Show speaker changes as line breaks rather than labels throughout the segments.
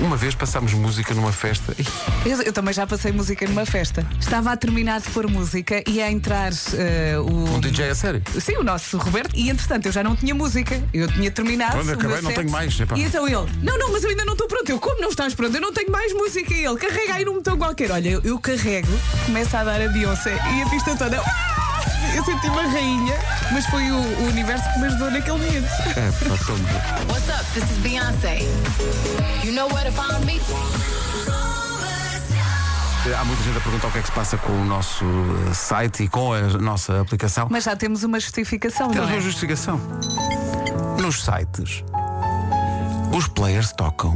Uma vez passámos música numa festa. Ih,
Eu, eu também já passei música numa festa. Estava a terminar de pôr música e a entrar eh, o.
Um DJ a sério?
Sim, o nosso Roberto. E entretanto eu já não tinha música. Eu tinha terminado.
Olha,
o
acabei,
meu
não
set.
tenho mais, epá.
E então ele, não, não, mas eu ainda não estou pronto. Eu, como não estás pronto? Eu não tenho mais música. E ele, carrega aí num botão qualquer. Olha, eu, eu carrego, começa a dar a Beyoncé e a pista toda. "Ah!" Eu senti uma rainha, mas foi o, o universo que me ajudou naquele momento.
É, pá, tão bom.
What's up? This is Beyonce. You know where to find me?
Há muita gente a perguntar o que é que se passa com o nosso eh, site e com a nossa aplicação.
Mas já temos uma justificação, não
Temos um-
é?
uma justificação. Nos sites, os players tocam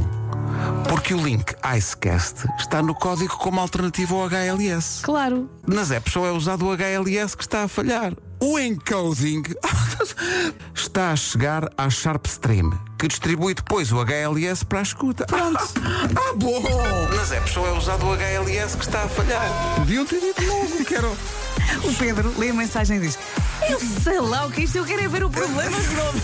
porque o link Icecast está no código como alternativa ao HLS.
Claro.
Nas apps só é usado o HLS que está a falhar. O encoding está a chegar à Sharpstream, que distribui depois o HLS para a escuta. Pronto. Ah, bom! Nas apps só é usado o HLS que está a falhar. Podiam ter dito logo que é. era. o-
O Pedro lê a mensagem e diz: Eu sei lá o que é isto, eu quero é ver o problema de novo.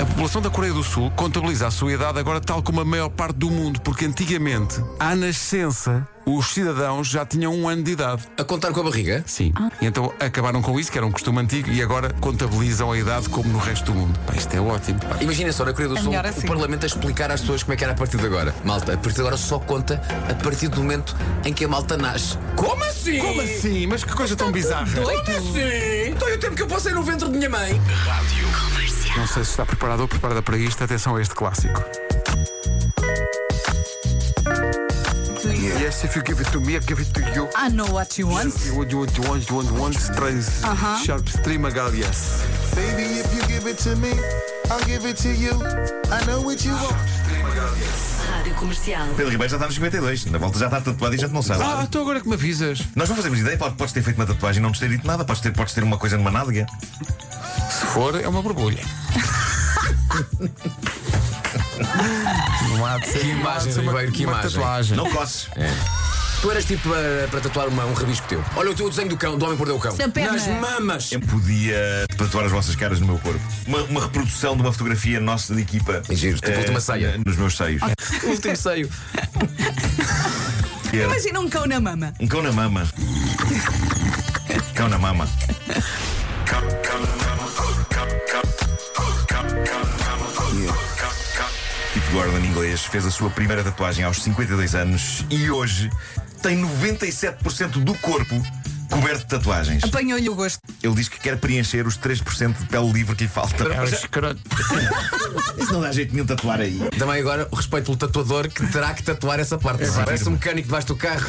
A população da Coreia do Sul contabiliza a sua idade agora tal como a maior parte do mundo, porque antigamente, à nascença, os cidadãos já tinham um ano de idade.
A contar com a barriga?
Sim. E então acabaram com isso, que era um costume antigo, e agora contabilizam a idade como no resto do mundo. Pá, isto é ótimo. pá.
Imagina só na Coreia do Sul
melhor assim.
o Parlamento a explicar às pessoas como é que era a partir de agora. Malta, a partir de agora só conta a partir do momento em que a malta nasce. Como assim?
É.
Como assim? Mas que coisa
tá
tão bizarra.
Como assim? Então e o tempo que eu passei no ventre de minha mãe?
Não sei se está preparado ou preparada para isto. Atenção a este clássico.
Yes, if you give it to me, I give it to you.
I know what you want.
You want, you want, you want, you want, you want, stress,
Uh-huh.
sharp stream, yes.
Baby, if you give it to me, I'll give it to you. I know what you want.
Pedro Ribeiro já está nos 52. Na volta já está tatuado e já te não sabe.
Ah, então agora que me avisas.
Nós não fazemos ideia. Pode- Podes ter feito uma tatuagem e não nos ter dito nada. Podes ter, podes ter uma coisa numa nádega.
Se for, é uma borbulha. Não há de ser
Que imagem, Ribeiro, que
é uma
imagem.
tatuagem.
Não coces.
É. Tu eras tipo para, para tatuar uma- um rabisco teu. Olha o teu desenho do cão, do homem que perdeu o cão.
Essa perna.
Nas mamas.
Eu podia tatuar as vossas caras no meu corpo. Uma, uma reprodução de uma fotografia nossa de equipa.
É giro, tipo
Eh,
última ceia.
Nos meus seios.
Último seio.
Que era
Imagina um cão na mama.
Um cão na mama. Cão na mama. Cão, cão na mama. Cão, cão, cão, cão na mama. Cão, cão. Keith Gordon, inglês, fez a sua primeira tatuagem aos 52 anos e hoje tem 97% do corpo coberto de tatuagens.
Apanhou-lhe o gosto.
Ele diz que quer preencher os 3% de pele livre que lhe falta.
É um escroto.
Isso não dá jeito nenhum tatuar aí.
Também agora o respeito pelo tatuador que terá que tatuar essa
É
parte. Parece um mecânico debaixo do carro.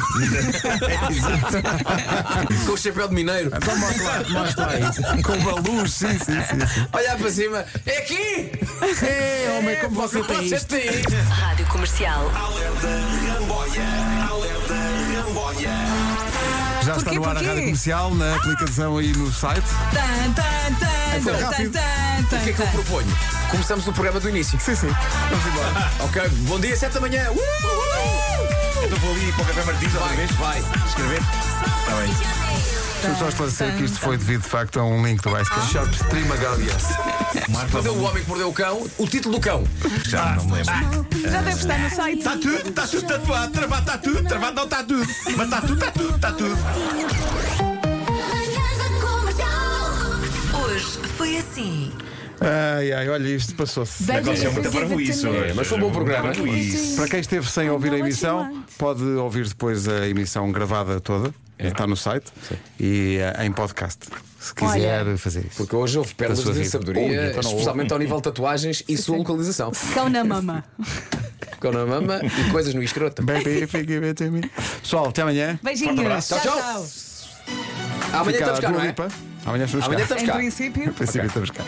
Com o chapéu de mineiro.
Então mostra lá, mostra lá isso. Com balões, sim, sim, sim. sim.
Olhar para cima. É aqui!
Ei, É, homem, como você tem isto?
tem isto?
Rádio Comercial.
Já
Porquê,
está no ar a
porquê? Ah,
rádio comercial, na aplicação e no site.
Tan, tan, tan,
Foi
tan,
rápido.
tan, tan,
Então, O que é que eu
tan.
proponho? Começamos o programa do início.
Sim, sim. Vamos embora.
Ok, bom dia, 7 da manhã. Uh, uh, uh.
Então vou ali para o Café Martins outra
Vai,
vez.
vai.
Escrever. Está bem.
Deixa-me só
tá,
esclarecer que isto foi devido, de facto, a um link do Icecast.
Sharp stream, yes.
Marta,
Perdeu o homem que mordeu o cão, o título do cão.
já não me lembro.
Já deve estar no site.
Tá.
Tá
Está tudo, está tudo tatuado, travado está tudo, travado não está tudo. Mas
tá
está tudo, está tudo, está tudo.
Hoje foi assim.
Ai, ai, olha, isto passou-se.
Aconteceu muita parvoíce hoje.
Mas foi um bom programa.
Parvoíce.
Para quem esteve sem
é
ouvir a emissão, pode ouvir depois a emissão gravada toda. Está no site e eh, em podcast. Se quiser fazer isso.
Porque hoje houve
Da
pérolas
sua
de
vida. Ui,
sabedoria,
então não houve.
especialmente ao nível de tatuagens e sua localização.
Cão na mama.
Cão na mama e coisas no escroto.
Baby, if you give it to me. Pessoal, até amanhã.
Beijinhos.
abraço. Tchau, tchau. Amanhã
Fica
estamos cá,
a Dua
não é?
Lipa. Amanhã estamos
Amanhã
cá.
estamos
Em
cá.
princípio.
Em princípio, estamos cá.